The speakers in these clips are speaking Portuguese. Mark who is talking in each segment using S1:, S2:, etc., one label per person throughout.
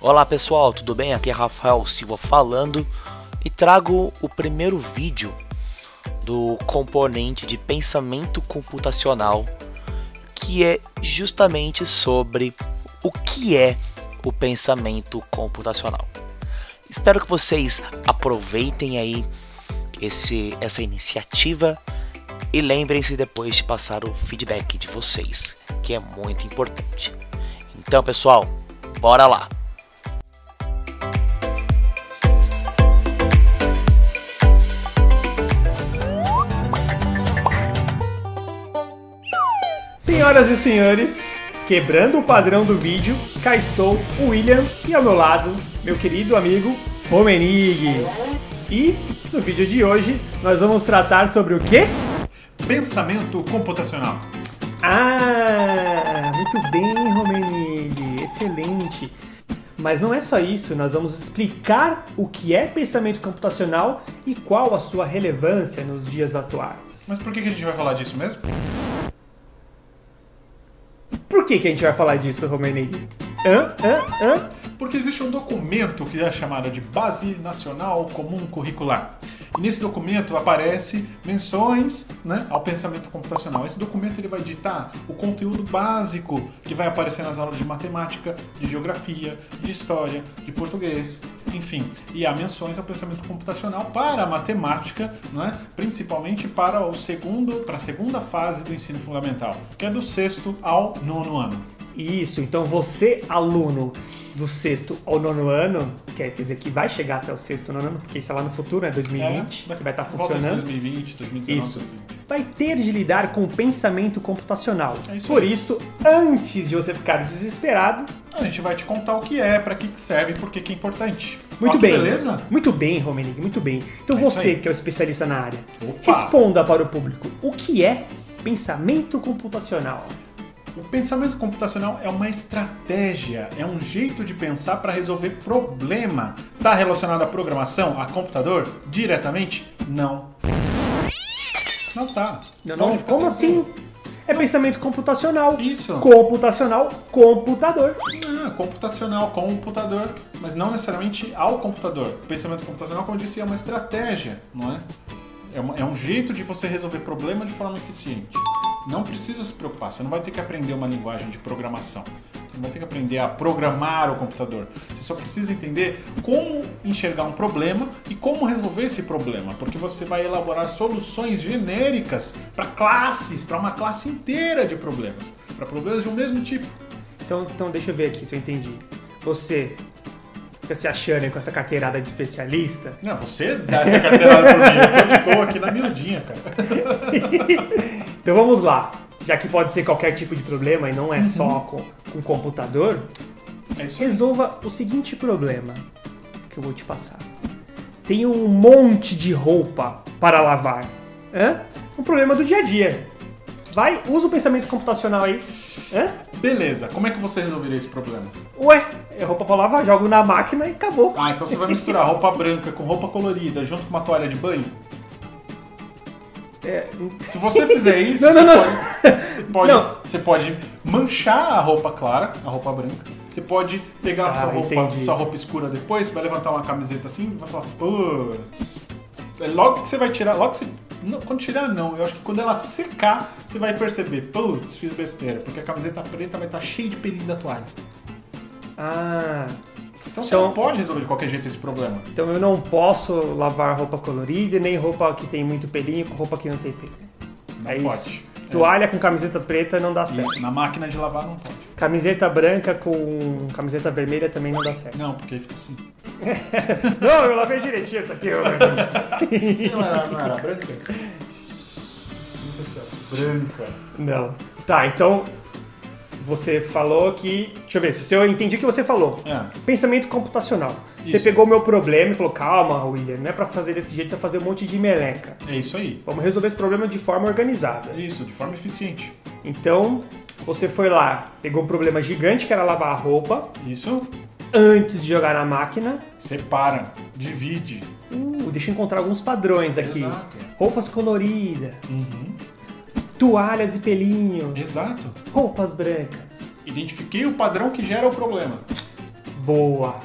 S1: Olá pessoal, tudo bem? Aqui é Rafael Silva falando e trago o primeiro vídeo do componente de pensamento computacional que é justamente sobre o que é o pensamento computacional. Espero que vocês aproveitem aí esse, essa iniciativa e lembrem-se depois de passar o feedback de vocês, que é muito importante. Então, pessoal, bora lá!
S2: Senhoras e senhores, quebrando o padrão do vídeo, cá estou, o William, e ao meu lado, meu querido amigo Romenig. E no vídeo de hoje, nós vamos tratar sobre o quê?
S3: Pensamento computacional.
S2: Ah, muito bem, Romenig, excelente. Mas não é só isso, nós vamos explicar o que é pensamento computacional e qual a sua relevância nos dias atuais.
S3: Mas por que que a gente vai falar disso mesmo?
S2: Por que, que a gente vai falar disso, Romenig? Hã? Hã? Hã?
S3: Porque existe um documento que é chamado de Base Nacional Comum Curricular. E nesse documento aparece menções né, ao pensamento computacional. Esse documento ele vai ditar o conteúdo básico que vai aparecer nas aulas de matemática, de geografia, de história, de português, enfim. E há menções ao pensamento computacional para a matemática, né, principalmente para o segundo, para a segunda fase do ensino fundamental, que é do sexto ao nono ano.
S2: Isso, então você, aluno do sexto ao nono ano, quer dizer que vai chegar até o sexto nono ano, porque isso é lá no futuro, né? 2020,
S3: É,
S2: que vai estar
S3: Volta de
S2: funcionando.
S3: 2020, 2019.
S2: Isso.
S3: 2020.
S2: Vai ter de lidar com o pensamento computacional.
S3: É isso
S2: Por
S3: aí.
S2: isso, antes de você ficar desesperado,
S3: A gente vai te contar o que é, para que que serve, por que que é importante.
S2: muito
S3: Ó, que
S2: bem.
S3: Beleza?
S2: Muito bem, Romenig, muito bem. Então
S3: É isso
S2: você
S3: aí.
S2: que é o especialista na área,
S3: Opa!
S2: responda para o público o que é pensamento computacional.
S3: O pensamento computacional é uma estratégia, é um jeito de pensar para resolver problema. Está relacionado à programação, a computador, diretamente? Não. Não tá.
S2: Não,
S3: Pode
S2: não,
S3: ficar
S2: como
S3: tranquilo.
S2: assim? É pensamento computacional.
S3: Isso.
S2: Computacional, computador.
S3: Ah, computacional, computador, mas não necessariamente ao computador. O pensamento computacional, como eu disse, é uma estratégia, não é? É, uma- é um jeito de você resolver problema de forma eficiente. Não precisa se preocupar, você não vai ter que aprender uma linguagem de programação. Você não vai ter que aprender a programar o computador. Você só precisa entender como enxergar um problema e como resolver esse problema, porque você vai elaborar soluções genéricas para classes, para uma classe inteira de problemas, para problemas de um mesmo tipo.
S2: Então, então deixa eu ver aqui se eu entendi. Você fica se achando aí com essa carteirada de especialista.
S3: Não, você dá essa carteirada por mim. Eu tô de boa aqui na miudinha, cara.
S2: Então vamos lá. Já que pode ser qualquer tipo de problema e não é só com, com computador,
S3: É isso aí.
S2: resolva o seguinte problema que eu vou te passar. Tem um monte de roupa para lavar. Hã? Um problema do dia a dia. Vai, usa o pensamento computacional aí. Hã?
S3: Beleza, como é que você resolveria esse problema?
S2: Ué, é roupa pra lavar, jogo na máquina e acabou.
S3: Ah, então você vai misturar roupa branca com roupa colorida junto com uma toalha de banho?
S2: É,
S3: Se você fizer isso,
S2: Não, não,
S3: você,
S2: não.
S3: Pode, você, pode,
S2: Não.
S3: você pode manchar a roupa clara, a roupa branca. Você pode pegar a
S2: Ah,
S3: sua, roupa,
S2: entendi.
S3: sua roupa escura depois, você vai levantar uma camiseta assim e vai falar, putz. É Logo que você vai tirar, logo que você. não, quando tirar, não. Eu acho que quando ela secar, você vai perceber, putz, fiz besteira, porque a camiseta preta vai estar cheia de pelinho da toalha.
S2: ah,
S3: Então você
S2: Então-
S3: não pode resolver de qualquer jeito esse problema.
S2: então eu não posso lavar roupa colorida, nem roupa que tem muito pelinho, com roupa que não tem pelinho.
S3: Não
S2: é
S3: pode.
S2: isso.
S3: É.
S2: Toalha com camiseta preta não dá certo.
S3: Isso, na máquina de lavar não pode.
S2: Camiseta branca com camiseta vermelha também não dá certo.
S3: Não, porque aí fica assim.
S2: não, eu lavei direitinho essa aqui. Eu...
S3: Não era, não era branca? Branca.
S2: não. Tá, então você falou que... Deixa eu ver, se eu entendi o que você falou.
S3: É.
S2: Pensamento computacional. Você
S3: Isso.
S2: pegou o meu problema e falou, calma, William, não é pra fazer desse jeito, você vai fazer um monte de meleca.
S3: É isso aí.
S2: Vamos resolver esse problema de forma organizada.
S3: Isso, de forma eficiente.
S2: Então, você foi lá, pegou um problema gigante que era lavar a roupa
S3: Isso
S2: antes de jogar na máquina.
S3: separa, divide.
S2: Uh, deixa eu encontrar alguns padrões aqui.
S3: Exato.
S2: Roupas coloridas, Uhum. toalhas e pelinhos,
S3: Exato.
S2: roupas brancas.
S3: Identifiquei o padrão que gera o problema.
S2: Boa.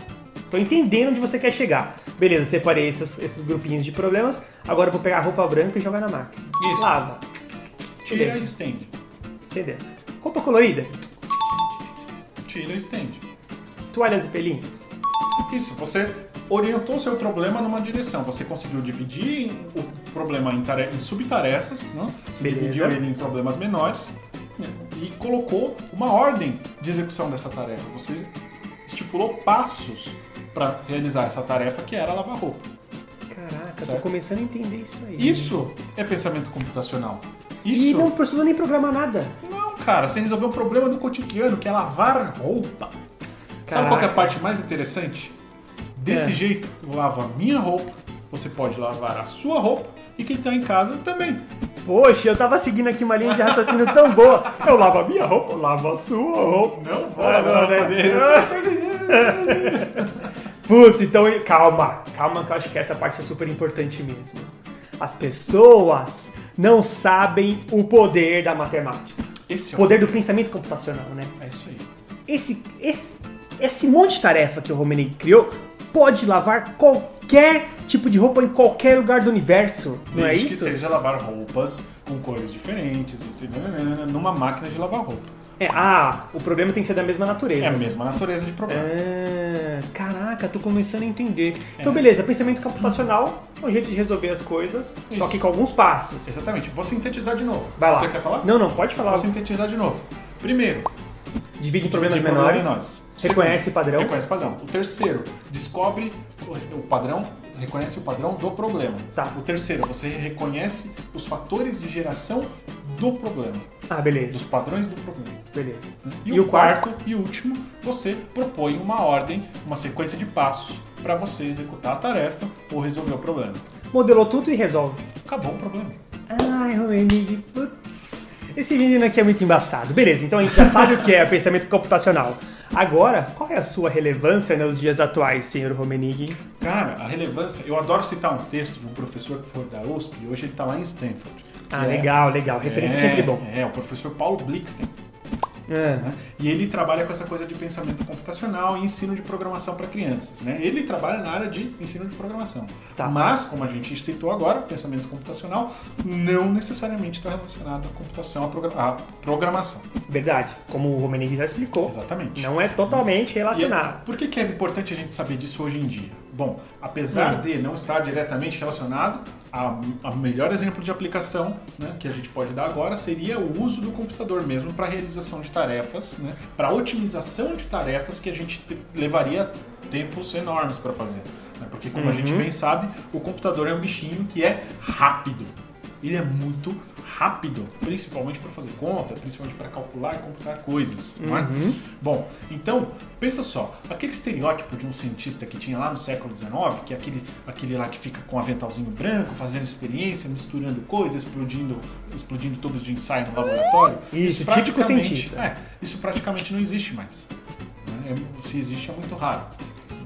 S2: Tô entendendo onde você quer chegar. Beleza, separei esses, esses grupinhos de problemas. Agora eu vou pegar a roupa branca e jogar na máquina.
S3: Isso.
S2: Lava.
S3: Tira e estende.
S2: Estender. Roupa colorida.
S3: Tira e estende.
S2: Toalhas e pelinhos.
S3: Isso, você orientou o seu problema numa direção. Você conseguiu dividir o problema em, tare- em subtarefas, né? você
S2: Beleza.
S3: dividiu ele em problemas menores né? e colocou uma ordem de execução dessa tarefa. Você estipulou passos para realizar essa tarefa que era lavar roupa.
S2: Uhum. Caraca, tô
S3: Certo.
S2: começando a entender isso aí.
S3: Isso é pensamento computacional.
S2: E
S3: Isso
S2: não precisa nem programar nada.
S3: Não, cara, você resolveu um problema do cotidiano, que é lavar roupa. Sabe qual que é a
S2: Caraca.
S3: parte mais interessante? Desse
S2: É.
S3: jeito, eu lavo a minha roupa, você pode lavar a sua roupa e quem tá em casa também.
S2: Poxa, eu tava seguindo aqui uma linha de raciocínio tão boa. Eu lavo a minha roupa, eu lavo a sua roupa.
S3: Não vou
S2: Ah,
S3: lavar a
S2: não,
S3: roupa
S2: né?
S3: dele.
S2: Putz, então calma, calma que eu acho que essa parte é super importante mesmo. As pessoas não sabem o poder da matemática. O
S3: Esse é o...
S2: poder do pensamento computacional, né?
S3: É isso aí.
S2: Esse, esse, esse monte de tarefa que o Romani criou pode lavar qualquer tipo de roupa em qualquer lugar do universo, não é
S3: Desde
S2: isso?
S3: que seja lavar roupas com cores diferentes, assim, nananana, numa máquina de lavar roupa.
S2: É, ah, o problema tem que ser da mesma natureza.
S3: É a mesma natureza de problema.
S2: Ah, caraca, tô começando a entender. Então,
S3: É.
S2: beleza, pensamento computacional é um jeito de resolver as coisas, só
S3: Isso.
S2: que com alguns passos.
S3: Exatamente. Vou sintetizar de novo.
S2: Vai lá.
S3: Você quer falar?
S2: Não, não, pode falar.
S3: Vou sintetizar de novo. Primeiro,
S2: Divide em
S3: Divide
S2: problemas
S3: em
S2: menores.
S3: Segundo,
S2: Reconhece padrão.
S3: Reconhece padrão. O terceiro, descobre o- o padrão, reconhece o padrão do problema.
S2: Tá.
S3: O terceiro, você reconhece os fatores de geração do problema,
S2: Ah, beleza.
S3: dos padrões do problema.
S2: Beleza.
S3: E,
S2: E
S3: o
S2: o quarto?
S3: quarto e último, você propõe uma ordem, uma sequência de passos para você executar a tarefa ou resolver o problema.
S2: Modelou tudo e resolve. Ah,
S3: Acabou o problema.
S2: Ai, Romenig, putz. Esse menino aqui é muito embaçado. Beleza, então a gente já sabe o que é pensamento computacional. Agora, qual é a sua relevância nos dias atuais, senhor Romenig?
S3: Cara, a relevância, eu adoro citar um texto de um professor que foi da USP e hoje ele está lá em Stanford. que
S2: Ah,
S3: é-
S2: legal, legal. Referência é sempre bom.
S3: É, o professor Paulo Blixten.
S2: Ah,
S3: né? E ele trabalha com essa coisa de pensamento computacional e ensino de programação para crianças. Né? Ele trabalha na área de ensino de programação.
S2: Tá.
S3: Mas, como a gente citou agora, pensamento computacional não necessariamente está relacionado à computação, à, progra- à programação.
S2: verdade. Como o Romenig já explicou,
S3: Exatamente.
S2: não é totalmente
S3: E
S2: relacionado.
S3: Por que, que é importante a gente saber disso hoje em dia? Bom, apesar
S2: Hum.
S3: de não estar diretamente relacionado, a, a melhor exemplo de aplicação né, que a gente pode dar agora seria o uso do computador mesmo para realização de tarefas, né, para otimização de tarefas que a gente te- levaria tempos enormes para fazer. né? Porque, como a gente bem sabe, o computador é um bichinho que é rápido. Ele é muito rápido, principalmente para fazer conta, principalmente para calcular e computar coisas. Não é?
S2: Uhum.
S3: Bom, então, pensa só, aquele estereótipo de um cientista que tinha lá no século XIX, que é aquele, aquele lá que fica com o aventalzinho branco, fazendo experiência, misturando coisas, explodindo, explodindo tubos de ensaio no laboratório.
S2: Isso, típico
S3: praticamente-
S2: cientista.
S3: É, isso praticamente não existe mais. né? É- se existe, é muito raro.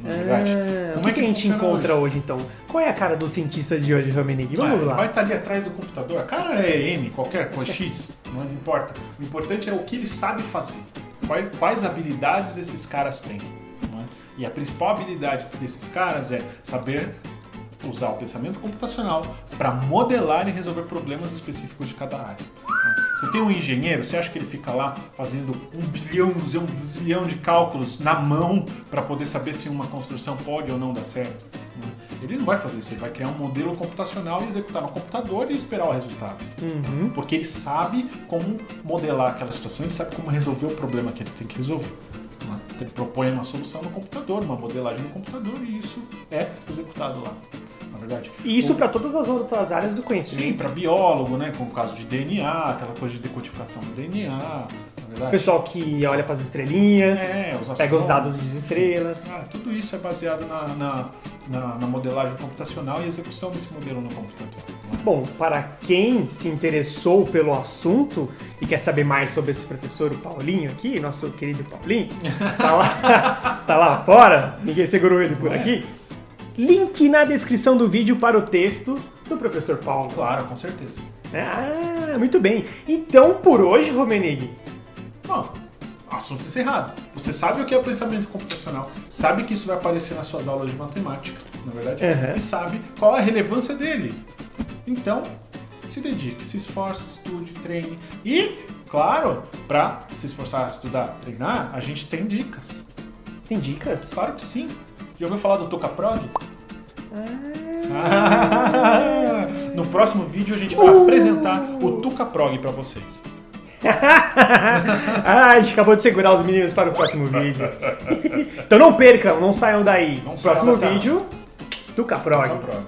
S3: Na
S2: Ah,
S3: É, verdade.
S2: o que, que a gente
S3: funciona
S2: encontra hoje? então? Qual é a cara do cientista de hoje, Romenig? Vamos
S3: Ah,
S2: lá.
S3: Vai estar ali atrás do computador. A cara é N, qualquer coisa, X, não importa. O importante é o que ele sabe fazer. Quais, quais habilidades esses caras têm. não é? E a principal habilidade desses caras é saber usar o pensamento computacional para modelar e resolver problemas específicos de cada área. né? Você tem um engenheiro, você acha que ele fica lá fazendo um bilhão, um zilhão de cálculos na mão para poder saber se uma construção pode ou não dar certo? né? Ele não vai fazer isso, ele vai criar um modelo computacional e executar no computador e esperar o resultado.
S2: Uhum.
S3: Porque ele sabe como modelar aquela situação, ele sabe como resolver o problema que ele tem que resolver. né? Então, Ele propõe uma solução no computador, uma modelagem no computador e isso é executado lá. Na verdade.
S2: E isso
S3: O-
S2: para todas as outras áreas do
S3: Sim,
S2: conhecimento.
S3: para biólogo, né? Como o caso de DNA, aquela coisa de decodificação do DNA, na
S2: O
S3: verdade.
S2: pessoal que olha para as estrelinhas,
S3: É, os
S2: pega os
S3: astrônomos,
S2: dados das estrelas.
S3: Ah, tudo isso é baseado na, na, na- na modelagem computacional e execução desse modelo no computador. né?
S2: Bom, para quem se interessou pelo assunto e quer saber mais sobre esse professor, o Paulinho aqui, nosso querido Paulinho, tá lá, tá lá fora, ninguém segurou ele por
S3: Ué.
S2: aqui. Link na descrição do vídeo para o texto do professor Paulo. né?
S3: Claro, com certeza.
S2: Ah, muito bem. Então, por hoje, Romenig,
S3: Bom, a assunto encerrado. Você sabe o que é pensamento computacional, sabe que isso vai aparecer nas suas aulas de matemática, na verdade,
S2: Uhum.
S3: e sabe qual é a relevância dele. Então, se dedique, se esforce, estude, treine. E, claro, para se esforçar, estudar, treinar, a gente tem dicas.
S2: Tem dicas?
S3: Claro que sim. Já ouviu falar do Toca Prog? no próximo vídeo a gente vai apresentar o Tuca Prog para vocês.
S2: Ah, a gente acabou de segurar os meninos para o próximo vídeo. então não percam, não saiam daí.
S3: Não saiam
S2: próximo
S3: da sala.
S2: vídeo, do Caprog.
S3: Tuca Prog.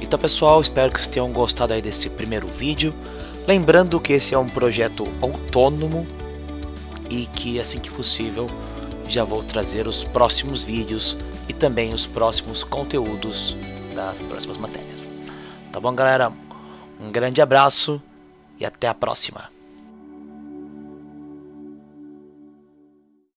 S1: Então, pessoal, espero que vocês tenham gostado aí desse primeiro vídeo. Lembrando que esse é um projeto autônomo e que assim que possível já vou trazer os próximos vídeos e também os próximos conteúdos das próximas matérias. Tá bom, galera? Um grande abraço e até a próxima.